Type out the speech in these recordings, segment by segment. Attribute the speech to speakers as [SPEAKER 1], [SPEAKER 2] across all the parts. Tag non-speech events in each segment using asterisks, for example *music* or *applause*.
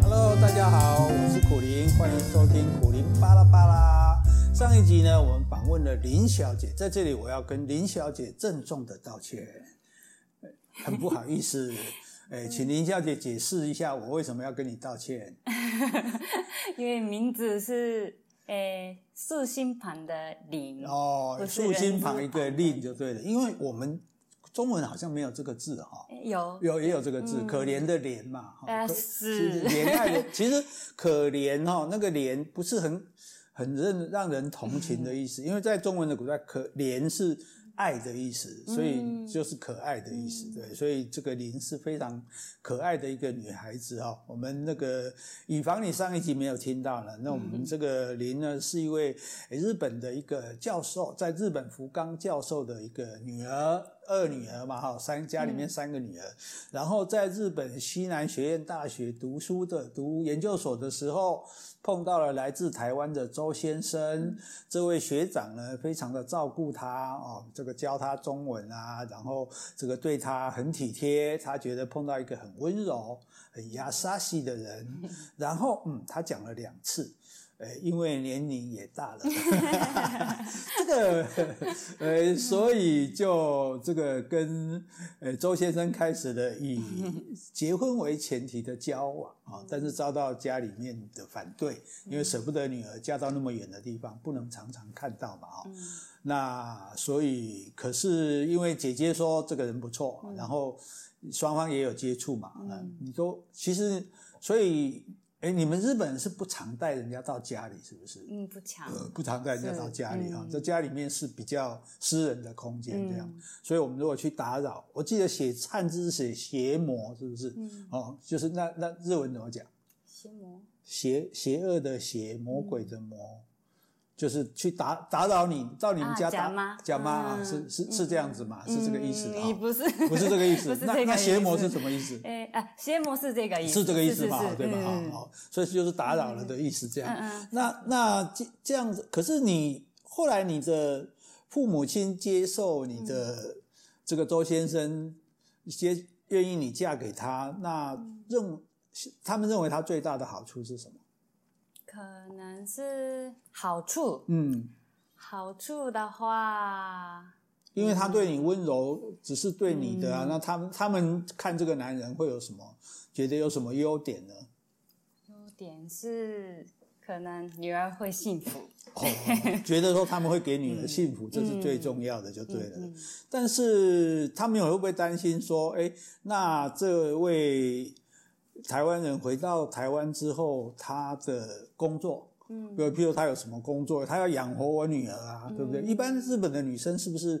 [SPEAKER 1] Hello，大家好，我是苦林，欢迎收听苦林巴拉巴拉。上一集呢，我们访问了林小姐，在这里我要跟林小姐郑重的道歉，呃很不好意
[SPEAKER 2] *laughs*
[SPEAKER 1] 思。哎，请林小姐解释一下，我为什么要跟你道歉？
[SPEAKER 2] 因为名字是诶竖心旁的林，
[SPEAKER 1] 哦，
[SPEAKER 2] 不是
[SPEAKER 1] 竖心旁一个
[SPEAKER 2] 人字旁
[SPEAKER 1] 令就对了，因为我们中文好像没有这个字哈、
[SPEAKER 2] 有
[SPEAKER 1] 有也有这个字，可怜的怜嘛，哈
[SPEAKER 2] 呃
[SPEAKER 1] 可
[SPEAKER 2] 哦是
[SPEAKER 1] 怜爱的，其实可怜哈、那个怜不是很很让让人同情的意思，因为在中文的古代，可怜是爱的意思，所以就是可爱的意思，对，所以这个林是非常可爱的一个女孩子哈、我们那个以防你上一集没有听到呢，那我们这个林呢是一位诶日本的一个教授，在日本福冈教授的一个女儿。二女儿嘛，哈，三家里面三个女儿，然后在日本西南学院大学读书的读研究所的时候，碰到了来自台湾的周先生，这位学长呢，非常的照顾他哦，这个教他中文啊，然后这个对他很体贴，他觉得碰到一个很温柔、很压沙西的人， *laughs* 然后嗯，他讲了两次。呃，因为年龄也大 *laughs* 了，这个呃，所以就这个跟呃周先生开始了以结婚为前提的交往啊、但是遭到家里面的反对，因为舍不得女儿嫁到那么远的地方，不能常常看到嘛，哦，那所以可是因为姐姐说这个人不错，然后双方也有接触嘛，嗯，你都其实所以。哎，你们日本人是不常带人家到家里，是不是？
[SPEAKER 2] 嗯不强，
[SPEAKER 1] 呃，不常带人家到家里哈、
[SPEAKER 2] 嗯
[SPEAKER 1] 在家里面是比较私人的空间这样，所以我们如果去打扰，我记得写汉字是写邪魔，是不是？
[SPEAKER 2] 嗯
[SPEAKER 1] 哦，就是那那日文怎么讲？
[SPEAKER 2] 邪魔
[SPEAKER 1] 邪邪恶的邪，魔鬼的魔，就是去打打扰你，到你们家打
[SPEAKER 2] 嗯啊假妈
[SPEAKER 1] 假妈啊，
[SPEAKER 2] 嗯
[SPEAKER 1] 是是是这样子嘛？是这个意思的
[SPEAKER 2] 嗯
[SPEAKER 1] 哈，
[SPEAKER 2] 你不是
[SPEAKER 1] 不是这个意思
[SPEAKER 2] *laughs* 不。是
[SPEAKER 1] 那
[SPEAKER 2] 这个
[SPEAKER 1] 那
[SPEAKER 2] 意
[SPEAKER 1] 邪魔
[SPEAKER 2] 思
[SPEAKER 1] 是什么意思？
[SPEAKER 2] 诶啊邪魔是这个意思，
[SPEAKER 1] 是这个意思
[SPEAKER 2] 是
[SPEAKER 1] 吧？
[SPEAKER 2] 是
[SPEAKER 1] 对吧？哦好、
[SPEAKER 2] 嗯
[SPEAKER 1] 好，所以就是打扰了的意思，这样。
[SPEAKER 2] 嗯嗯
[SPEAKER 1] 那那这这样子，可是你后来你的父母亲接受你
[SPEAKER 2] 嗯
[SPEAKER 1] 的这个周先生，接愿意你嫁给他，那
[SPEAKER 2] 嗯
[SPEAKER 1] 认他们认为他最大的好处是什么？
[SPEAKER 2] 可能是好处，
[SPEAKER 1] 嗯，
[SPEAKER 2] 好处的话，
[SPEAKER 1] 因为他对你温柔，只是对你的啊。
[SPEAKER 2] 嗯
[SPEAKER 1] 那他们他们看这个男人会有什么，觉得有什么优点呢？
[SPEAKER 2] 优点是可能女儿会幸福， *laughs*
[SPEAKER 1] 哦，觉得说他们会给女儿幸福，这
[SPEAKER 2] 嗯
[SPEAKER 1] 是最重要的，就对了。但是他们有会不会担心说，哎，那这位台湾人回到台湾之后，他的工作，嗯，比如譬如他有什么工作，他要养活我女儿啊，对不对？一般日本的女生是不是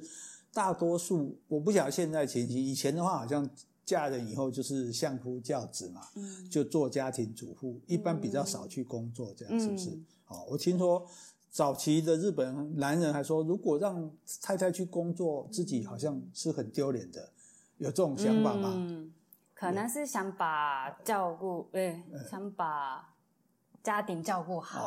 [SPEAKER 1] 大多数？我不晓得现在情形，以前的话好像。嫁人以后就是相夫教子嘛，
[SPEAKER 2] 嗯
[SPEAKER 1] 就做家庭主妇，一般比较少去工作，这样是不是？
[SPEAKER 2] 嗯
[SPEAKER 1] 哦，我听说早期的日本男人还说，如果让太太去工作，自己好像是很丢脸的，有这种想法吗？
[SPEAKER 2] 嗯，可能是想把照顾，
[SPEAKER 1] 嗯
[SPEAKER 2] 对，想把家庭照顾好，嗯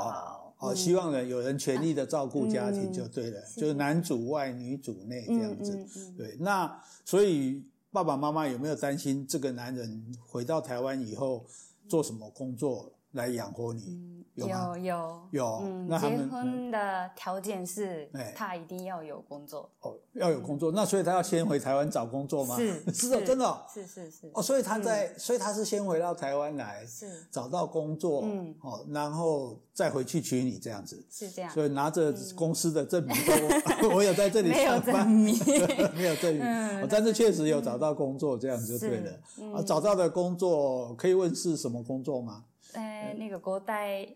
[SPEAKER 1] 哦哦，希望呢有人全力的照顾家庭就对了，就是男主外女主内这样子。
[SPEAKER 2] 嗯嗯嗯
[SPEAKER 1] 对，那所以爸爸妈妈有没有担心这个男人回到台湾以后做什么工作来养活你？有吗？
[SPEAKER 2] 嗯有有
[SPEAKER 1] 有哦
[SPEAKER 2] 嗯，
[SPEAKER 1] 那他
[SPEAKER 2] 结
[SPEAKER 1] 们
[SPEAKER 2] 婚的条件是
[SPEAKER 1] 哎
[SPEAKER 2] 他一定要有工作，
[SPEAKER 1] 哦，要有工作，那所以他要先回台湾找工作吗？
[SPEAKER 2] 嗯
[SPEAKER 1] *laughs* 是
[SPEAKER 2] 是
[SPEAKER 1] 的，
[SPEAKER 2] 是嗯
[SPEAKER 1] 真的哦。
[SPEAKER 2] 是是是
[SPEAKER 1] 哦，所以他在，所以他是先回到台湾来
[SPEAKER 2] 是
[SPEAKER 1] 找到工作，
[SPEAKER 2] 嗯
[SPEAKER 1] 哦，然后再回去娶你这样子，
[SPEAKER 2] 是这样，嗯
[SPEAKER 1] 所以拿着公司的证明说，
[SPEAKER 2] *laughs*
[SPEAKER 1] 我我有在这里
[SPEAKER 2] 没有
[SPEAKER 1] 上
[SPEAKER 2] 证
[SPEAKER 1] 班，
[SPEAKER 2] 明，
[SPEAKER 1] *laughs*
[SPEAKER 2] 嗯
[SPEAKER 1] 没有证明，哦但是确实有找到工作，这样就对了。啊，找到的工作可以问是什么工作吗？
[SPEAKER 2] 哎，那个国代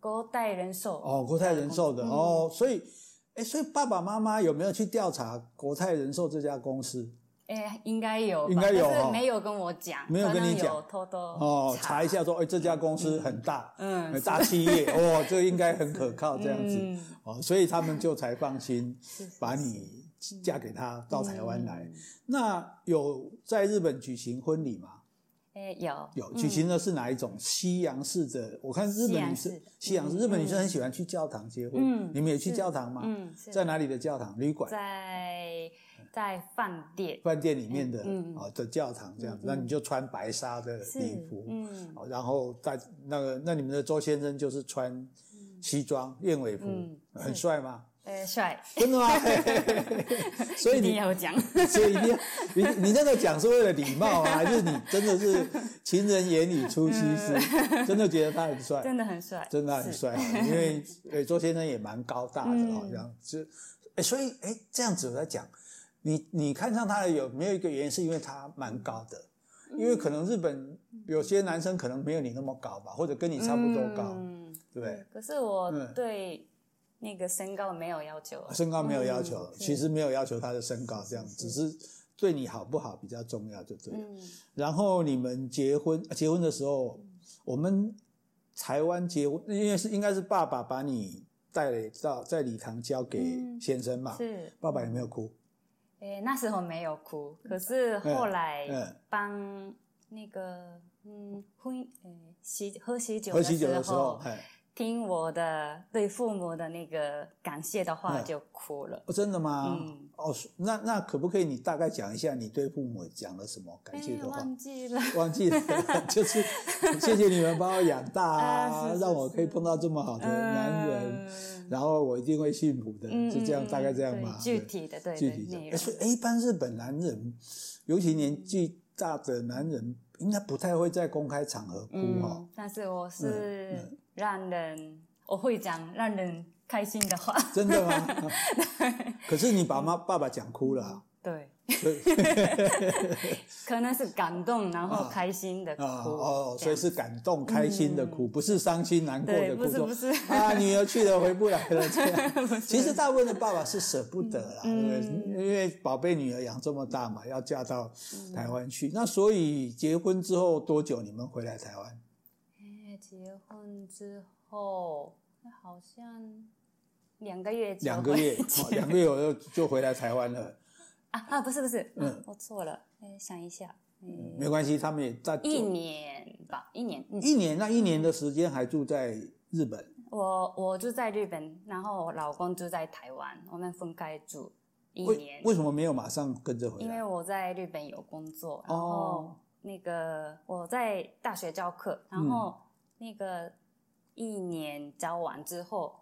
[SPEAKER 2] 国代人寿，
[SPEAKER 1] 哦，国泰人寿的
[SPEAKER 2] 嗯
[SPEAKER 1] 哦，所以，哎，所以爸爸妈妈有没有去调查国泰人寿这家公司？
[SPEAKER 2] 哎，应该有吧，
[SPEAKER 1] 应该有
[SPEAKER 2] 可
[SPEAKER 1] 哦
[SPEAKER 2] 是没有跟我讲，
[SPEAKER 1] 没有跟你
[SPEAKER 2] 可能
[SPEAKER 1] 讲
[SPEAKER 2] 有偷偷
[SPEAKER 1] 哦，查一下说，哎、这家公司很大，
[SPEAKER 2] 嗯
[SPEAKER 1] 呃大企业，哦， *laughs* 这应该很可靠这样子，哦，所以他们就才放心把你
[SPEAKER 2] 嗯
[SPEAKER 1] 嫁给他到台湾来。那有在日本举行婚礼吗？
[SPEAKER 2] 哎，有
[SPEAKER 1] 有举行的是哪一种？西洋式的，我看日本女生
[SPEAKER 2] 西洋式的，
[SPEAKER 1] 西洋式日本女生很喜欢去教堂结婚。
[SPEAKER 2] 嗯
[SPEAKER 1] 你们有去
[SPEAKER 2] 是
[SPEAKER 1] 教堂吗？
[SPEAKER 2] 嗯，是
[SPEAKER 1] 在哪里嗯的教堂？旅馆、
[SPEAKER 2] 在在饭店
[SPEAKER 1] 饭店里面的
[SPEAKER 2] 嗯嗯
[SPEAKER 1] 哦的教堂这样子，那你就穿白纱的
[SPEAKER 2] 是
[SPEAKER 1] 礼服，
[SPEAKER 2] 嗯
[SPEAKER 1] 哦然后在那个那你们的周先生就是穿西装燕尾服
[SPEAKER 2] 嗯，
[SPEAKER 1] 很
[SPEAKER 2] 是
[SPEAKER 1] 帅吗？
[SPEAKER 2] 呃帅，
[SPEAKER 1] 真的吗？ *laughs* 嘿嘿嘿嘿所以
[SPEAKER 2] 一定
[SPEAKER 1] 你 *laughs*
[SPEAKER 2] 要讲，
[SPEAKER 1] 所以一定要你你那个讲是为了礼貌啊，还是你真的是情人眼里出西
[SPEAKER 2] 嗯
[SPEAKER 1] 施，真的觉得他很帅？
[SPEAKER 2] 真的很帅，
[SPEAKER 1] 真的很
[SPEAKER 2] 是，
[SPEAKER 1] 帅啊，因为呃周先生也蛮高大的哦好
[SPEAKER 2] 嗯
[SPEAKER 1] 像是，诶所以哎这样子我在讲，你你看上他的有没有一个原因是因为他蛮高的，因为可能日本
[SPEAKER 2] 嗯
[SPEAKER 1] 有些男生可能没有你那么高吧，或者跟你差不多高，
[SPEAKER 2] 嗯
[SPEAKER 1] 对不对？
[SPEAKER 2] 可是我
[SPEAKER 1] 嗯
[SPEAKER 2] 对那个身高没有要求啊，
[SPEAKER 1] 身高没有要求，
[SPEAKER 2] 嗯
[SPEAKER 1] 其实没有要求他的身高，这样只是对你好不好比较重要，就对了。
[SPEAKER 2] 嗯
[SPEAKER 1] 然后你们结婚啊结婚的时候，我们台湾结婚，因为是应该是爸爸把你带来到在礼堂交给
[SPEAKER 2] 嗯
[SPEAKER 1] 先生嘛，
[SPEAKER 2] 是，
[SPEAKER 1] 爸爸有没有哭？
[SPEAKER 2] 诶，那时候没有哭，可是后来
[SPEAKER 1] 嗯嗯
[SPEAKER 2] 帮那个嗯婚诶喜喝喜酒
[SPEAKER 1] 喝喜酒的
[SPEAKER 2] 的
[SPEAKER 1] 时候，哎，
[SPEAKER 2] 听我的对父母的那个感谢的话
[SPEAKER 1] 嗯
[SPEAKER 2] 就哭了。
[SPEAKER 1] 哦真的吗？
[SPEAKER 2] 嗯
[SPEAKER 1] 哦，那那可不可以你大概讲一下你对父母讲了什么感谢
[SPEAKER 2] 哎，
[SPEAKER 1] 的话？
[SPEAKER 2] 忘记了，
[SPEAKER 1] 忘记了，就是 *laughs* 谢谢你们把我养大啊，
[SPEAKER 2] *laughs* 啊是是
[SPEAKER 1] 让我可以
[SPEAKER 2] 是
[SPEAKER 1] 碰到这么好的男人，
[SPEAKER 2] 嗯
[SPEAKER 1] 然后我一定会幸福的，
[SPEAKER 2] 嗯
[SPEAKER 1] 是这样，
[SPEAKER 2] 嗯
[SPEAKER 1] 大概这样
[SPEAKER 2] 对
[SPEAKER 1] 吧。
[SPEAKER 2] 具
[SPEAKER 1] 对
[SPEAKER 2] 体的对
[SPEAKER 1] 具
[SPEAKER 2] 对
[SPEAKER 1] 体
[SPEAKER 2] 内
[SPEAKER 1] 的，哎
[SPEAKER 2] 容
[SPEAKER 1] 所以哎一般日本男人，尤其年纪大的男人，应该不太会在公开场合哭哦。嗯
[SPEAKER 2] 嗯，但是我是让人我会讲让人开心的
[SPEAKER 1] *laughs*
[SPEAKER 2] 话，
[SPEAKER 1] 真的
[SPEAKER 2] *laughs*
[SPEAKER 1] 吗？可是你把妈爸爸讲哭了啊、
[SPEAKER 2] 对，
[SPEAKER 1] 所
[SPEAKER 2] *laughs*
[SPEAKER 1] 以
[SPEAKER 2] 可能是感动然后
[SPEAKER 1] 啊
[SPEAKER 2] 开心的哭
[SPEAKER 1] 啊哦，
[SPEAKER 2] 这
[SPEAKER 1] 所以
[SPEAKER 2] 样嗯
[SPEAKER 1] 是感动、开心的哭，不是伤心难过
[SPEAKER 2] 对
[SPEAKER 1] 的哭，
[SPEAKER 2] 不是
[SPEAKER 1] 说
[SPEAKER 2] 不是
[SPEAKER 1] 啊，女儿去了回不来
[SPEAKER 2] *laughs*
[SPEAKER 1] 了这样。其实大部分的爸爸是舍不得啦，
[SPEAKER 2] 嗯
[SPEAKER 1] 对不对因为宝贝女儿养这么大嘛，要嫁到
[SPEAKER 2] 嗯
[SPEAKER 1] 台湾去。那所以结婚之后多久你们回来台湾？
[SPEAKER 2] 哎结婚之后好像两个月就
[SPEAKER 1] 两个月
[SPEAKER 2] *laughs* 回，
[SPEAKER 1] 哦两个月我就就回来台湾了。
[SPEAKER 2] 啊啊不是不是，
[SPEAKER 1] 嗯
[SPEAKER 2] 我错了，哎想一下，嗯，
[SPEAKER 1] 没关系，他们也在
[SPEAKER 2] 一年吧，一年，嗯，
[SPEAKER 1] 一年，那一年的时间还住在日本。
[SPEAKER 2] 我我住在日本，然后我老公住在台湾，我们分开住一
[SPEAKER 1] 为
[SPEAKER 2] 年，
[SPEAKER 1] 为什么没有马上跟着回
[SPEAKER 2] 因
[SPEAKER 1] 来
[SPEAKER 2] 为？我在日本有工作，然
[SPEAKER 1] 哦
[SPEAKER 2] 后那个我在大学教课，然后
[SPEAKER 1] 嗯
[SPEAKER 2] 那个一年教完之后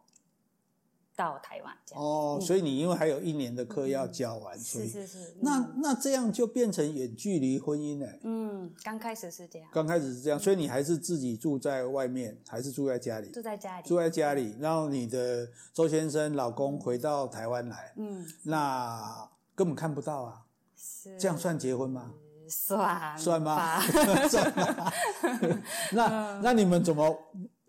[SPEAKER 2] 到台湾这样，
[SPEAKER 1] 哦，所以你因为还有一年的课要教完，所
[SPEAKER 2] 嗯是
[SPEAKER 1] 以
[SPEAKER 2] 是是，
[SPEAKER 1] 那
[SPEAKER 2] 嗯
[SPEAKER 1] 那这样就变成远距离婚姻呢、
[SPEAKER 2] 嗯，刚开始是这样，
[SPEAKER 1] 刚开始是这样，所以你还是自己住在外面，还是住在家里？
[SPEAKER 2] 住在家里，
[SPEAKER 1] 住在家里，然后你的周先生老公回到台湾来，
[SPEAKER 2] 嗯，
[SPEAKER 1] 那根本看不到啊，
[SPEAKER 2] 是
[SPEAKER 1] 这样算结婚吗？
[SPEAKER 2] 算
[SPEAKER 1] 算吗
[SPEAKER 2] 吧？
[SPEAKER 1] *laughs*
[SPEAKER 2] 嗯
[SPEAKER 1] 算吗？
[SPEAKER 2] *laughs*
[SPEAKER 1] 那那你们怎么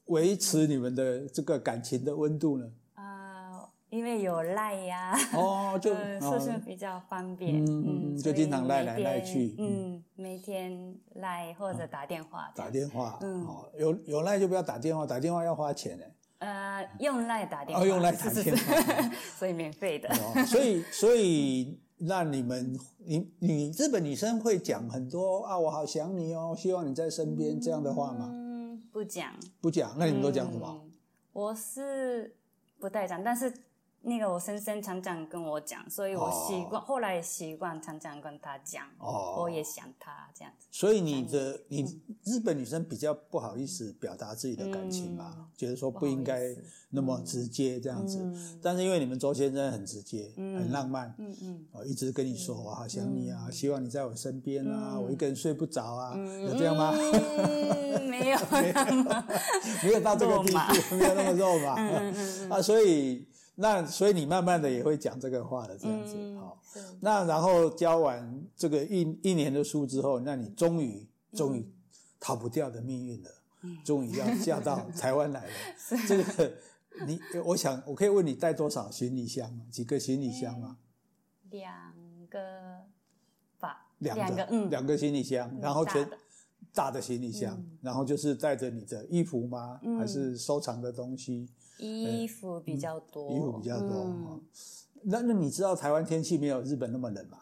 [SPEAKER 1] 维持你们的这个感情的温度呢？
[SPEAKER 2] 啊，因为有赖呀、
[SPEAKER 1] 哦，就
[SPEAKER 2] 呃，
[SPEAKER 1] 哦
[SPEAKER 2] 是是比较方
[SPEAKER 1] 嗯
[SPEAKER 2] 便，
[SPEAKER 1] 嗯嗯
[SPEAKER 2] 嗯，
[SPEAKER 1] 就经常赖来赖
[SPEAKER 2] 所以每
[SPEAKER 1] 去
[SPEAKER 2] 天嗯，每天赖或者打电话，
[SPEAKER 1] 打电话，
[SPEAKER 2] 嗯
[SPEAKER 1] 哦，有有赖就不要打电话，打电话要花钱哎、
[SPEAKER 2] 呃，用赖打电话，
[SPEAKER 1] 哦用赖打
[SPEAKER 2] 是
[SPEAKER 1] 电，话
[SPEAKER 2] 是是 *laughs* 所以免费的，
[SPEAKER 1] 哦，所以所
[SPEAKER 2] *laughs*
[SPEAKER 1] 以那你们，你你日本女生会讲很多啊，我好想你哦，希望你在身边这样的话吗？
[SPEAKER 2] 嗯，不讲，
[SPEAKER 1] 不讲，那你们都讲什么？
[SPEAKER 2] 嗯？我是不太讲，但是那个我先生常常跟我讲，所以我习惯，后来习惯常常跟他讲，
[SPEAKER 1] 哦
[SPEAKER 2] 嗯我也想他这样子，
[SPEAKER 1] 所以
[SPEAKER 2] 嗯
[SPEAKER 1] 你的你日本女生比较不好意思表达自己的感情嘛，
[SPEAKER 2] 嗯
[SPEAKER 1] 觉得说不
[SPEAKER 2] 不好
[SPEAKER 1] 应该
[SPEAKER 2] 意思
[SPEAKER 1] 那么直接这样子。
[SPEAKER 2] 嗯
[SPEAKER 1] 但是因为你们周先生很直接，
[SPEAKER 2] 嗯
[SPEAKER 1] 很浪漫。
[SPEAKER 2] 嗯嗯，
[SPEAKER 1] 哦，一直跟你说我好想你啊，希望你在我身边啊，
[SPEAKER 2] 嗯
[SPEAKER 1] 我一个人睡不着啊，有这样吗？
[SPEAKER 2] 嗯，没有那么，
[SPEAKER 1] *laughs* 没有到这个地
[SPEAKER 2] 肉麻
[SPEAKER 1] 步，没有那么肉麻
[SPEAKER 2] 嗯
[SPEAKER 1] *laughs* 啊，所以那所以你慢慢的也会讲这个话了，这样子
[SPEAKER 2] 嗯
[SPEAKER 1] 好。
[SPEAKER 2] 是
[SPEAKER 1] 那然后教完这个一一年的书之后，那你终于终于逃不掉的命运了，
[SPEAKER 2] 嗯
[SPEAKER 1] 终于要嫁到台湾
[SPEAKER 2] *laughs*
[SPEAKER 1] 来了。这个你，我想我可以问你带多少行李箱吗？几个行李箱吗？
[SPEAKER 2] 两个吧，
[SPEAKER 1] 两
[SPEAKER 2] 个，嗯，
[SPEAKER 1] 两个行李箱，然后全
[SPEAKER 2] 大的嗯
[SPEAKER 1] 大的行李箱，然后就是带着你的衣服吗？还是收藏的东西？
[SPEAKER 2] 衣服比较多，
[SPEAKER 1] 哎衣服比较多。
[SPEAKER 2] 嗯
[SPEAKER 1] 哦那那你知道台湾天气没有日本那么冷吗？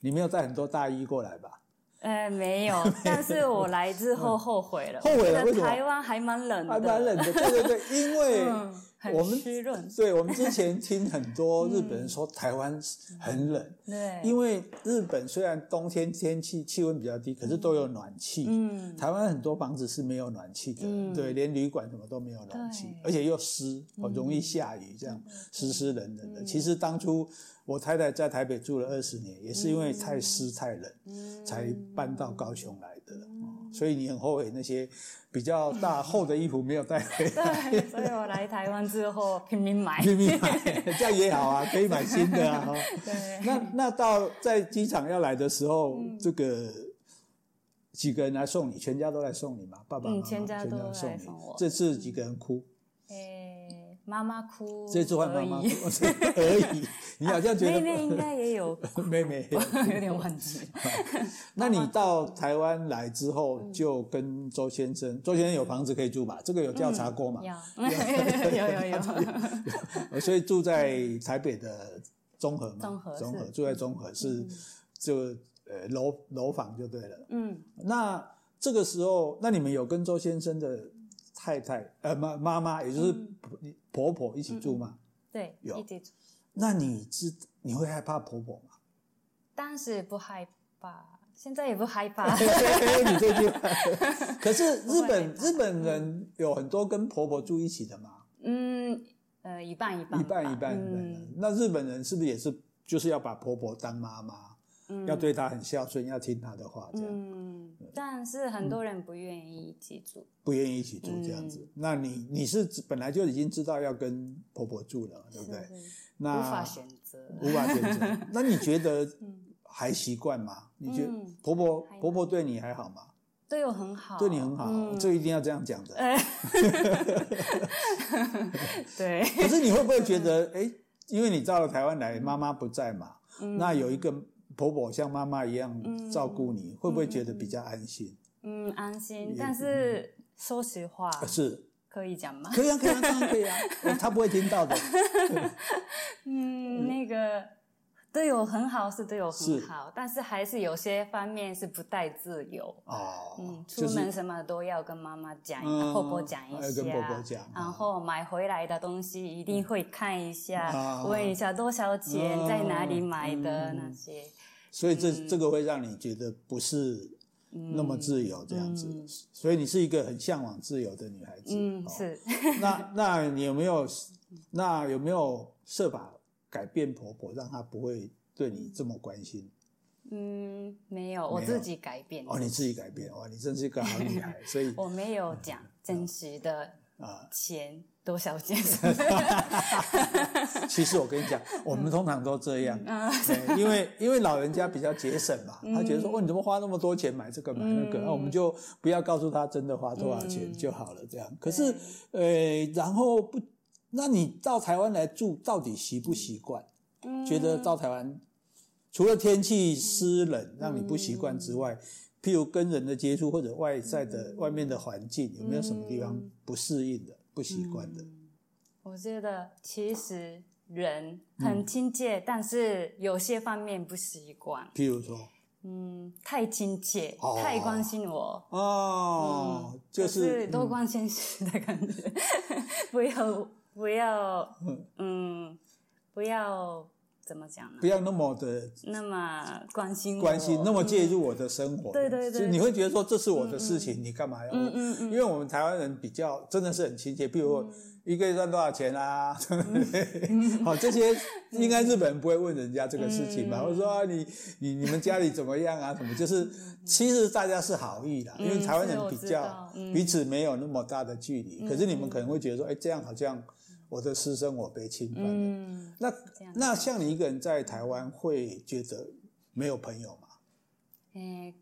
[SPEAKER 1] 你没有带很多大衣过来吧？
[SPEAKER 2] 呃，
[SPEAKER 1] *laughs*
[SPEAKER 2] 没有，但是我来之后后悔了，
[SPEAKER 1] 嗯后悔了
[SPEAKER 2] 我觉得
[SPEAKER 1] 为什么
[SPEAKER 2] 台湾还蛮冷的，
[SPEAKER 1] 还蛮冷的，对对对，因为
[SPEAKER 2] 嗯，
[SPEAKER 1] 我
[SPEAKER 2] 很
[SPEAKER 1] 们
[SPEAKER 2] 湿润，
[SPEAKER 1] 对我们之前听很多
[SPEAKER 2] 嗯
[SPEAKER 1] 日本人说台湾很冷，
[SPEAKER 2] 对，
[SPEAKER 1] 因为日本虽然冬天天气气温比较低，可是都有暖气。
[SPEAKER 2] 嗯，
[SPEAKER 1] 台湾很多房子是没有暖气的，
[SPEAKER 2] 嗯
[SPEAKER 1] 对，连旅馆什么都没有暖气
[SPEAKER 2] 对，嗯
[SPEAKER 1] 而且又湿，哦，容易下雨，这样湿湿冷冷的。其实当初我太太在台北住了二十年，也是因为
[SPEAKER 2] 嗯
[SPEAKER 1] 太湿太冷，才搬到高雄来的。
[SPEAKER 2] 嗯
[SPEAKER 1] 哦所以你很后悔那些比较
[SPEAKER 2] *laughs*
[SPEAKER 1] 大厚的衣服没有带回来，
[SPEAKER 2] 对，所以我来台湾之后拼命买，
[SPEAKER 1] 拼命买，这样也好啊，可以买新的
[SPEAKER 2] *laughs*
[SPEAKER 1] 啊。哦
[SPEAKER 2] 对，
[SPEAKER 1] 那那到在机场要来的时候，
[SPEAKER 2] 嗯
[SPEAKER 1] 这个几个人来送你，全家都来送你嘛？爸爸妈妈、
[SPEAKER 2] 嗯全家都来
[SPEAKER 1] 送你
[SPEAKER 2] 送我
[SPEAKER 1] 这次几个人哭？
[SPEAKER 2] 诶，妈妈哭而已，啊
[SPEAKER 1] 这次换妈妈哭而
[SPEAKER 2] *laughs*
[SPEAKER 1] 已。你好像觉
[SPEAKER 2] 妹
[SPEAKER 1] 得
[SPEAKER 2] 妹应该也
[SPEAKER 1] *laughs*
[SPEAKER 2] 有，
[SPEAKER 1] 妹妹，
[SPEAKER 2] 有点忘记，
[SPEAKER 1] 那你到台湾来之后，
[SPEAKER 2] 嗯
[SPEAKER 1] 就跟周先生，周先生有房子可以住吧？这个有调查过嘛？ *laughs*
[SPEAKER 2] 要有有有，
[SPEAKER 1] 呃所以住在台北的综合嘛，
[SPEAKER 2] 中和
[SPEAKER 1] 中和
[SPEAKER 2] 是
[SPEAKER 1] 住在综合是就呃楼楼房就对了。
[SPEAKER 2] 嗯，
[SPEAKER 1] 那这个时候，那你们有跟周先生的太太呃妈妈妈，也就是
[SPEAKER 2] 嗯
[SPEAKER 1] 婆婆婆一起住吗？
[SPEAKER 2] 对，
[SPEAKER 1] 有
[SPEAKER 2] 一直住，
[SPEAKER 1] 那你知你会害怕婆婆吗？ *laughs*
[SPEAKER 2] 当时不害怕，现在也不害
[SPEAKER 1] *laughs*
[SPEAKER 2] 怕，
[SPEAKER 1] 你这
[SPEAKER 2] *laughs*
[SPEAKER 1] 句话，可是日本
[SPEAKER 2] 不会害怕
[SPEAKER 1] 日本人有很多跟婆婆住一起的嘛，
[SPEAKER 2] 嗯，呃，一半一半吧，
[SPEAKER 1] 一半一半一半的
[SPEAKER 2] 嗯。
[SPEAKER 1] 那日本人是不是也是就是要把婆婆当妈妈，
[SPEAKER 2] 嗯
[SPEAKER 1] 要对她很孝顺，要听她的话，这样
[SPEAKER 2] 嗯，但是很多人不愿意一起住，
[SPEAKER 1] 不愿意一起住这样
[SPEAKER 2] 嗯
[SPEAKER 1] 子？那你你是本来就已经知道要跟婆婆住了，对不对？
[SPEAKER 2] 是是
[SPEAKER 1] 那
[SPEAKER 2] 无法选择。
[SPEAKER 1] 无法选
[SPEAKER 2] *laughs*
[SPEAKER 1] 择。那你觉得还习惯吗？你觉得
[SPEAKER 2] 嗯
[SPEAKER 1] 婆婆
[SPEAKER 2] 还好
[SPEAKER 1] 婆婆对你还好吗？
[SPEAKER 2] 对我很好，
[SPEAKER 1] 对你很好，
[SPEAKER 2] 嗯
[SPEAKER 1] 这一定要这样讲的。
[SPEAKER 2] 对，
[SPEAKER 1] *laughs* 可是你会不会觉
[SPEAKER 2] 嗯
[SPEAKER 1] 得，哎，因为你到了台湾来，妈妈不在嘛，
[SPEAKER 2] 嗯
[SPEAKER 1] 那有一个婆婆像妈妈一样照顾你，会不会觉得比较安心？
[SPEAKER 2] 嗯，安心
[SPEAKER 1] 也。
[SPEAKER 2] 但是说实话，
[SPEAKER 1] 啊是，
[SPEAKER 2] 可以讲吗？
[SPEAKER 1] 可以啊，可以啊，当然可以
[SPEAKER 2] *laughs*
[SPEAKER 1] 啊，哦她不会听到的。
[SPEAKER 2] 嗯，那个对我很好是对我很
[SPEAKER 1] 是
[SPEAKER 2] 好，但是还是有些方面是不太自由。
[SPEAKER 1] 哦
[SPEAKER 2] 嗯，，
[SPEAKER 1] 就
[SPEAKER 2] 出
[SPEAKER 1] 是
[SPEAKER 2] 门什么都要跟妈妈讲，
[SPEAKER 1] 嗯
[SPEAKER 2] 婆婆讲一
[SPEAKER 1] 要
[SPEAKER 2] 下，嗯
[SPEAKER 1] 跟婆婆讲啊
[SPEAKER 2] 然后买回来的东西一定会看一下，
[SPEAKER 1] 啊
[SPEAKER 2] 问一下多少钱，
[SPEAKER 1] 嗯
[SPEAKER 2] 在哪里买的、
[SPEAKER 1] 嗯
[SPEAKER 2] 那些。
[SPEAKER 1] 所以这
[SPEAKER 2] 嗯
[SPEAKER 1] 这个会让你觉得不是那么自由这样子，
[SPEAKER 2] 嗯
[SPEAKER 1] 所以你是一个很向往自由的女孩子。
[SPEAKER 2] 嗯，
[SPEAKER 1] 哦
[SPEAKER 2] 是， *laughs*
[SPEAKER 1] 那那你有没有那有没有设法改变婆婆，让她不会对你这么关心？
[SPEAKER 2] 嗯，没有，我
[SPEAKER 1] 没有
[SPEAKER 2] 自己改变，
[SPEAKER 1] 哦，你自己改变，哇，你真是一个好女孩。所以
[SPEAKER 2] *laughs* 我没
[SPEAKER 1] 嗯
[SPEAKER 2] 有讲真实的
[SPEAKER 1] 啊、
[SPEAKER 2] 钱多少
[SPEAKER 1] 嗯
[SPEAKER 2] 钱，
[SPEAKER 1] *laughs* 其实我跟你讲，我们通常都这样，
[SPEAKER 2] 嗯
[SPEAKER 1] 对哎因为因为老人家比较节省嘛，他觉得说，哦，你怎么花那么多钱买这个买那个？
[SPEAKER 2] 嗯
[SPEAKER 1] 啊那、我们就不要告诉他真的花多少钱就好了，这
[SPEAKER 2] 嗯
[SPEAKER 1] 样。可是，呃，然后不，那你到台湾来住，到底习不习惯？
[SPEAKER 2] 嗯
[SPEAKER 1] 觉得到台湾，除了天气湿冷让你不习惯之外，
[SPEAKER 2] 嗯
[SPEAKER 1] 譬如跟人的接触或者外在的、外面的环境，有没有什么地方不适应的、不习惯
[SPEAKER 2] 嗯
[SPEAKER 1] 的？
[SPEAKER 2] 我觉得其实人
[SPEAKER 1] 嗯
[SPEAKER 2] 很亲切，但是有些方面不习惯。
[SPEAKER 1] 譬如说，
[SPEAKER 2] 嗯，太亲切，
[SPEAKER 1] 哦
[SPEAKER 2] 太关心我，
[SPEAKER 1] 哦，
[SPEAKER 2] 嗯
[SPEAKER 1] 就
[SPEAKER 2] 可
[SPEAKER 1] 是
[SPEAKER 2] 是多关心事的感觉， *laughs* 不要不要，嗯，不要怎么讲呢
[SPEAKER 1] 嗯不？要那么的
[SPEAKER 2] 那么关心我嗯
[SPEAKER 1] 关心，那么介入我的生活。
[SPEAKER 2] 对对对
[SPEAKER 1] 就你会觉得说这是我的事情，你干嘛要？
[SPEAKER 2] 嗯嗯
[SPEAKER 1] 因为我们台湾人比较真的是很亲切，比如我一个月赚多少钱啊，
[SPEAKER 2] 嗯
[SPEAKER 1] *laughs* 好这些应该日本人不会问人家这个事情吧？或者说啊你你你们家里怎么样啊？什么就是其实大家是好意啦，因为台湾人比
[SPEAKER 2] 嗯是我知
[SPEAKER 1] 较
[SPEAKER 2] 道嗯
[SPEAKER 1] 彼此没有那么大的距离，可是你们可能会觉得说，哎，这样好像我的私生活被侵犯了。
[SPEAKER 2] 嗯，
[SPEAKER 1] 那
[SPEAKER 2] 这样
[SPEAKER 1] 那像你一个人在台湾会觉得没有朋友吗？
[SPEAKER 2] 诶，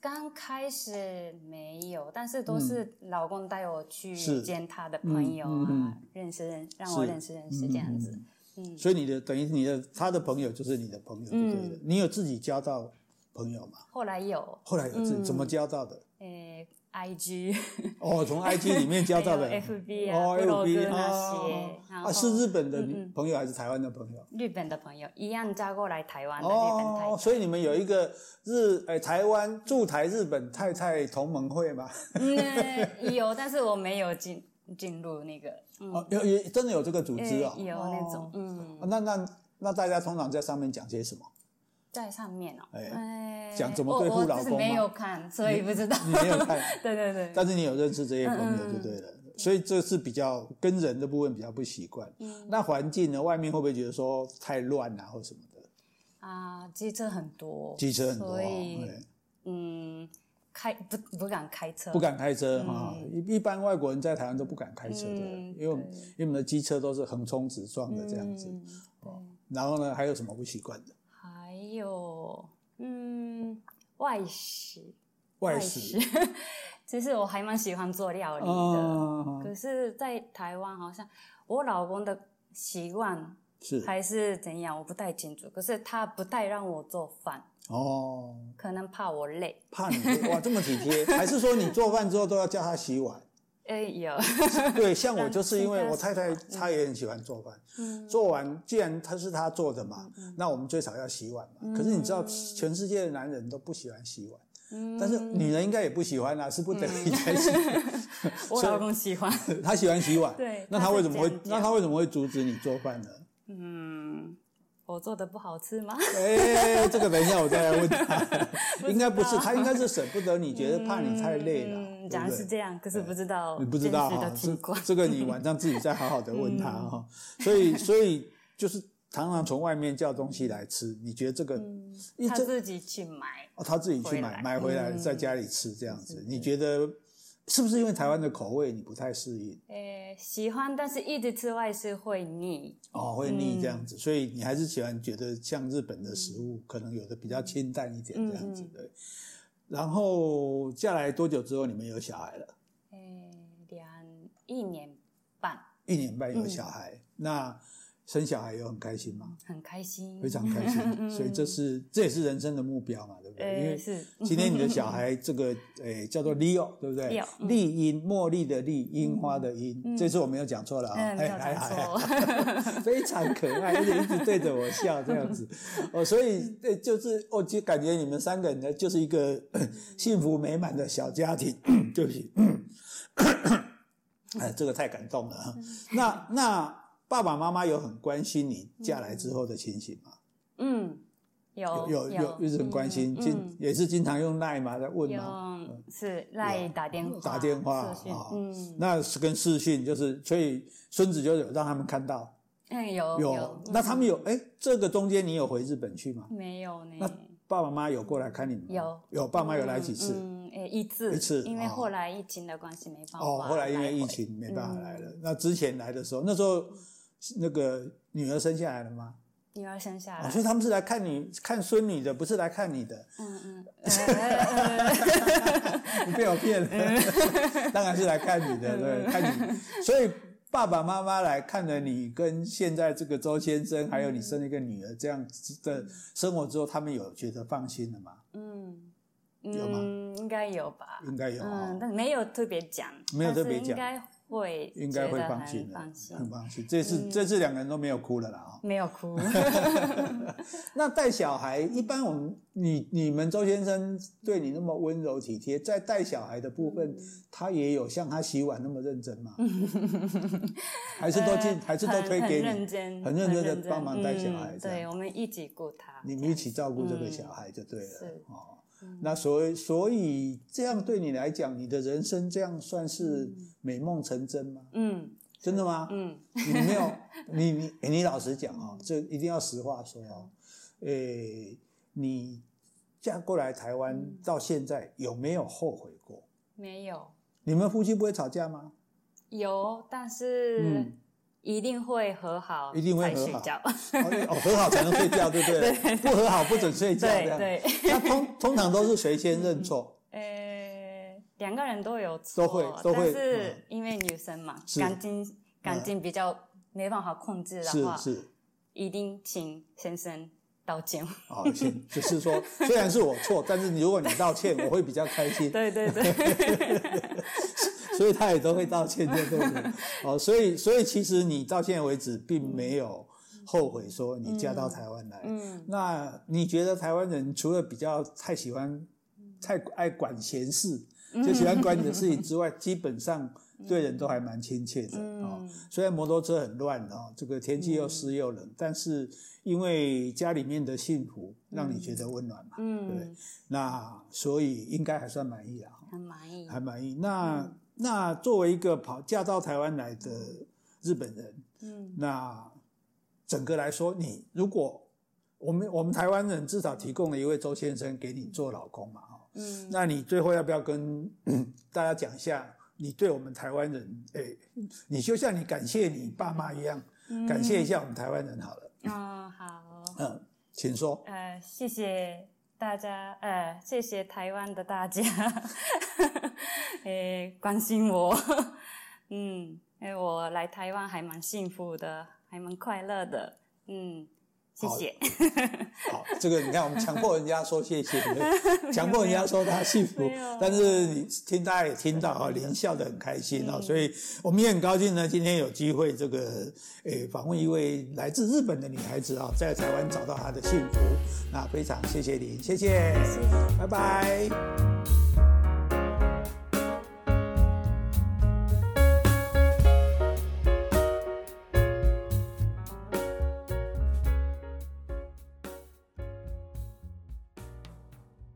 [SPEAKER 2] 刚开始没有，但是都是老公带我去
[SPEAKER 1] 嗯是
[SPEAKER 2] 见他的朋友
[SPEAKER 1] 嗯嗯
[SPEAKER 2] 啊，认识认让我
[SPEAKER 1] 是嗯
[SPEAKER 2] 认识认识这样子。嗯
[SPEAKER 1] 所以你的等于你的他的朋友就是你的朋友就对了。你有自己交到朋友吗？
[SPEAKER 2] 后来有嗯
[SPEAKER 1] 后来有自、怎么交到的？
[SPEAKER 2] 诶
[SPEAKER 1] *laughs*
[SPEAKER 2] IG
[SPEAKER 1] 哦，从
[SPEAKER 2] *laughs*
[SPEAKER 1] IG 里面交到的
[SPEAKER 2] 还有 FB 啊、
[SPEAKER 1] 哦
[SPEAKER 2] 部落
[SPEAKER 1] ，FB 啊
[SPEAKER 2] 格那些
[SPEAKER 1] 哦，
[SPEAKER 2] 然
[SPEAKER 1] 啊，
[SPEAKER 2] 后
[SPEAKER 1] 是日本的
[SPEAKER 2] 嗯嗯
[SPEAKER 1] 朋友还是台湾的朋友？
[SPEAKER 2] 日本的朋友一样嫁过来台湾的日本太
[SPEAKER 1] 哦，所以你们有一个日哎、台湾驻台日本太太同盟会嘛？
[SPEAKER 2] 太，嗯，有，但是我没有进进入那个，嗯，
[SPEAKER 1] 哦，有也真的有这个组织哦，
[SPEAKER 2] 有
[SPEAKER 1] 哦
[SPEAKER 2] 那种，嗯，
[SPEAKER 1] 那那那大家通常在上面讲些什么？
[SPEAKER 2] 在上面哦，
[SPEAKER 1] 哎
[SPEAKER 2] 哎
[SPEAKER 1] 讲怎么对付
[SPEAKER 2] 我
[SPEAKER 1] 老
[SPEAKER 2] 我
[SPEAKER 1] 公
[SPEAKER 2] 是
[SPEAKER 1] 吗
[SPEAKER 2] 没有看，所以不知道，
[SPEAKER 1] 你没有看，
[SPEAKER 2] 对对对，
[SPEAKER 1] 但是你有认识这些朋友
[SPEAKER 2] 嗯
[SPEAKER 1] 就对了。所以这是比较跟人的部分比较不习惯。那环境呢？外面会不会觉得说太乱啊，或什么的？
[SPEAKER 2] 啊，机车很多，
[SPEAKER 1] 机车很多、哦，
[SPEAKER 2] 所以
[SPEAKER 1] 对
[SPEAKER 2] 嗯，开不不敢开车，
[SPEAKER 1] 不敢开车哈、一一般外国人在台湾都不敢开车的，
[SPEAKER 2] 嗯
[SPEAKER 1] 因为我们
[SPEAKER 2] 对
[SPEAKER 1] 因为我们的机车都是横冲直撞的这样子。
[SPEAKER 2] 嗯
[SPEAKER 1] 然后呢，还有什么不习惯的？
[SPEAKER 2] 还有，嗯，外食，
[SPEAKER 1] 外
[SPEAKER 2] 食
[SPEAKER 1] 食，
[SPEAKER 2] *laughs* 其实我还蛮喜欢做料理的，
[SPEAKER 1] 啊，
[SPEAKER 2] 可是，在台湾好像我老公的习惯
[SPEAKER 1] 是
[SPEAKER 2] 还是怎样，我不太清楚。可是他不太让我做饭，
[SPEAKER 1] 哦，
[SPEAKER 2] 可能怕我累。
[SPEAKER 1] 怕你哇这么体贴，还是说你做饭之后都要叫他洗碗？
[SPEAKER 2] 哎，有，
[SPEAKER 1] *laughs* 对，像我就是因为
[SPEAKER 2] 嗯
[SPEAKER 1] 我太太她也很喜欢做饭，
[SPEAKER 2] 嗯
[SPEAKER 1] 做完既然她是她做的嘛，那我们最少要洗碗嘛。可是你知道，全世界的男人都不喜欢洗碗，
[SPEAKER 2] 嗯
[SPEAKER 1] 但是女人应该也不喜欢啦，啊是不得已才洗。
[SPEAKER 2] *laughs* 我老公喜欢，
[SPEAKER 1] 她喜欢洗碗，
[SPEAKER 2] 对
[SPEAKER 1] 那她为什么
[SPEAKER 2] 她
[SPEAKER 1] 会
[SPEAKER 2] 是这样？讲
[SPEAKER 1] 那她为什么会阻止你做饭呢？ *laughs*
[SPEAKER 2] 嗯，我做的不好吃吗？
[SPEAKER 1] 哎，这个等一下我再来问
[SPEAKER 2] *laughs*
[SPEAKER 1] 她，应该不是，她应该是舍不得你，觉得怕你太累了，
[SPEAKER 2] 嗯，
[SPEAKER 1] 对
[SPEAKER 2] 讲
[SPEAKER 1] 不
[SPEAKER 2] 是
[SPEAKER 1] 对？
[SPEAKER 2] 这样，可是不知道
[SPEAKER 1] 你不知
[SPEAKER 2] 哦真
[SPEAKER 1] 道
[SPEAKER 2] 实
[SPEAKER 1] 哈、
[SPEAKER 2] 的情
[SPEAKER 1] 这
[SPEAKER 2] 况。
[SPEAKER 1] 这个你晚上自己再好好的问他
[SPEAKER 2] 嗯
[SPEAKER 1] 哈、所以所以就是常常从外面叫东西来吃，你觉得这个，因为
[SPEAKER 2] 嗯他
[SPEAKER 1] 这、
[SPEAKER 2] 自己去买，
[SPEAKER 1] 哦他自己去买
[SPEAKER 2] 回来嗯
[SPEAKER 1] 买回来在家里吃这样子，你觉得是不是因为台湾的口味你不太适应
[SPEAKER 2] 诶，呃喜欢，但是一直吃外食会腻。
[SPEAKER 1] 哦，会腻这
[SPEAKER 2] 嗯
[SPEAKER 1] 样子，所以你还是喜欢觉得像日本的食物，可能有的比较清淡一点这样子
[SPEAKER 2] 嗯
[SPEAKER 1] 对。然后下来多久之后你们有小孩了？
[SPEAKER 2] 诶，呃两一年半，
[SPEAKER 1] 一年半有小孩，那生小孩有很开心吗？
[SPEAKER 2] 很开心
[SPEAKER 1] 非。常开
[SPEAKER 2] 嗯
[SPEAKER 1] 心，所以这是这也是人生的目标嘛，对不对？因
[SPEAKER 2] 诶，
[SPEAKER 1] 为
[SPEAKER 2] 呃是，
[SPEAKER 1] 今天你的小孩这个诶叫做 Leo，对不对
[SPEAKER 2] Leo，？嗯
[SPEAKER 1] 丽樱，茉莉的丽，樱花的樱，这次我没有讲错了啊，
[SPEAKER 2] 嗯，没
[SPEAKER 1] 哎
[SPEAKER 2] 有
[SPEAKER 1] 还
[SPEAKER 2] 讲
[SPEAKER 1] 还
[SPEAKER 2] 错。
[SPEAKER 1] *laughs* 非常可爱，而且一直对着我笑这样子，哦，所以对，就是我就感觉你们三个人呢，就是一个幸福美满的小家庭， *coughs* 对不起，哎，这个太感动了
[SPEAKER 2] 嗯
[SPEAKER 1] 啊。那那爸爸妈妈有很关心你嫁来之后的情形吗？
[SPEAKER 2] *laughs* 嗯，有
[SPEAKER 1] 有有一直很关心，
[SPEAKER 2] 嗯
[SPEAKER 1] 经也是经常用赖嘛在问嘛，
[SPEAKER 2] 有是赖打电话，
[SPEAKER 1] 嗯打电话
[SPEAKER 2] 视讯
[SPEAKER 1] 啊
[SPEAKER 2] 嗯，
[SPEAKER 1] 那是跟视讯就是，所以孙子就有让他们看到
[SPEAKER 2] 嗯，有
[SPEAKER 1] 有
[SPEAKER 2] 有，，
[SPEAKER 1] 那他们有哎，这个中间你有回日本去吗？
[SPEAKER 2] 没有呢
[SPEAKER 1] 那？爸爸妈妈有过来看你们吗？
[SPEAKER 2] 有
[SPEAKER 1] 有，爸妈有来几次？
[SPEAKER 2] 嗯，诶，一次
[SPEAKER 1] 一次
[SPEAKER 2] 因为
[SPEAKER 1] 哦
[SPEAKER 2] 后来疫情的关系没办法。
[SPEAKER 1] 哦，后来因为疫
[SPEAKER 2] 回，
[SPEAKER 1] 情没办法来
[SPEAKER 2] 嗯
[SPEAKER 1] 了。那之前来的时候，那时候那个女儿生下来了吗？
[SPEAKER 2] 女儿生
[SPEAKER 1] 哦，
[SPEAKER 2] 下来
[SPEAKER 1] 所，以他们是来看你看孙女的，不是来看你的。
[SPEAKER 2] 嗯嗯呃，呃
[SPEAKER 1] 你 *laughs* 被我骗了，
[SPEAKER 2] *laughs*
[SPEAKER 1] 当然是来看你
[SPEAKER 2] 嗯
[SPEAKER 1] 的，对，看你。所以爸爸妈妈来看了你跟现在这个周先生，还有你生了一个女儿这样子的生活之后，他们有觉得放心了吗？
[SPEAKER 2] 嗯，
[SPEAKER 1] 有吗
[SPEAKER 2] 嗯，应该有吧？
[SPEAKER 1] 应该有
[SPEAKER 2] 嗯，
[SPEAKER 1] 哦，
[SPEAKER 2] 但没有特别讲，
[SPEAKER 1] 没有特别
[SPEAKER 2] 但是
[SPEAKER 1] 讲
[SPEAKER 2] 应该会
[SPEAKER 1] 应该会
[SPEAKER 2] 觉得
[SPEAKER 1] 放
[SPEAKER 2] 很
[SPEAKER 1] 心的
[SPEAKER 2] 放，心嗯
[SPEAKER 1] 很放心。这次这次两个人都没有哭了啦哦。
[SPEAKER 2] 没有哭，
[SPEAKER 1] 那带小孩，一般我们你你们周先生对你那么温柔体贴，在带小孩的部
[SPEAKER 2] 嗯
[SPEAKER 1] 分，他也有像他洗碗那么认
[SPEAKER 2] *laughs*
[SPEAKER 1] 真吗？还是都进，还是都推给
[SPEAKER 2] 很很
[SPEAKER 1] 你
[SPEAKER 2] 认？真，
[SPEAKER 1] 很认真地帮忙带小
[SPEAKER 2] 嗯
[SPEAKER 1] 孩这
[SPEAKER 2] 对，
[SPEAKER 1] 样
[SPEAKER 2] 我们一起顾他，
[SPEAKER 1] 你们一起照顾这个小孩就对了、
[SPEAKER 2] 嗯是
[SPEAKER 1] 哦。那所以所以这样对你来讲，你的人生这样算是美梦成真吗？
[SPEAKER 2] 嗯
[SPEAKER 1] 真的吗？
[SPEAKER 2] 嗯，
[SPEAKER 1] 你没有，
[SPEAKER 2] *laughs*
[SPEAKER 1] 你你诶你老实讲哦，这一定要实话说哦。诶、你嫁过来台湾
[SPEAKER 2] 嗯
[SPEAKER 1] 到现在有没有后悔过？
[SPEAKER 2] 没有
[SPEAKER 1] 你们夫妻不会吵架吗？
[SPEAKER 2] 有，但是
[SPEAKER 1] 嗯
[SPEAKER 2] 一定会和好，
[SPEAKER 1] 一定会和好
[SPEAKER 2] 睡觉，
[SPEAKER 1] 哦，哦和好才能睡觉，对
[SPEAKER 2] *laughs*
[SPEAKER 1] 不对？不和好不准睡觉，这
[SPEAKER 2] 对
[SPEAKER 1] 样。
[SPEAKER 2] 对，
[SPEAKER 1] *laughs* 那通通常都是谁先认
[SPEAKER 2] *laughs*
[SPEAKER 1] 错？
[SPEAKER 2] 呃，两个人都有
[SPEAKER 1] 都会
[SPEAKER 2] 错
[SPEAKER 1] 都会
[SPEAKER 2] 但是
[SPEAKER 1] 嗯
[SPEAKER 2] 因为女生嘛，
[SPEAKER 1] 是嗯
[SPEAKER 2] 感情感情比较没办法控制的
[SPEAKER 1] 是
[SPEAKER 2] 话，
[SPEAKER 1] 是。
[SPEAKER 2] 一定请先生道
[SPEAKER 1] *laughs*
[SPEAKER 2] 歉。
[SPEAKER 1] 哦，歉，只是说虽然是我错，但是如果你道歉，我会比较开心。
[SPEAKER 2] 对对
[SPEAKER 1] *laughs*
[SPEAKER 2] 对，
[SPEAKER 1] 所以他也都会道歉，对不对？哦，所以所以其实你到现在为止并没有后悔说你嫁到台湾来。
[SPEAKER 2] 嗯，
[SPEAKER 1] 那你觉得台湾人除了比较太喜欢、太爱管闲事，就喜
[SPEAKER 2] 嗯
[SPEAKER 1] 欢管你的事情之外，基本上对人都还蛮亲切的
[SPEAKER 2] 嗯
[SPEAKER 1] 哦。虽然摩托车很乱哦，这个天气又湿又冷，
[SPEAKER 2] 嗯
[SPEAKER 1] 但是因为家里面的幸福，让你觉得温暖嘛。
[SPEAKER 2] 嗯，
[SPEAKER 1] 那所以应该还算满意啦。
[SPEAKER 2] 很满意。
[SPEAKER 1] 还满意。那、那作为一个跑嫁到台湾来的日本人，
[SPEAKER 2] 嗯，
[SPEAKER 1] 那整个来说，你如果我们我们台湾人至少提供了一位周先生给你做老公嘛，哈，
[SPEAKER 2] 嗯，
[SPEAKER 1] 那你最后要不要跟 *clears throat* 大家讲一下？你对我们台湾人，哎、你就像你感谢你爸妈一样，感谢一下我们台湾人好了。
[SPEAKER 2] 嗯，好，
[SPEAKER 1] 嗯，请说。
[SPEAKER 2] 呃，谢谢大家，呃，谢谢台湾的大家， *laughs* 诶、关心我，嗯，因为我来台湾还蛮幸福的，还蛮快乐的，嗯，谢谢，
[SPEAKER 1] 好，这个你看，我们强迫人家说谢谢，强迫人家说他幸福
[SPEAKER 2] 没有，
[SPEAKER 1] 但是你听大家也听到啊，连笑得很开心哦，所以我们也很高兴呢，今天有机会这个诶访问一位来自日本的女孩子啊，在台湾找到她的幸福，那非常谢谢您，谢谢，
[SPEAKER 2] 谢谢
[SPEAKER 1] 拜拜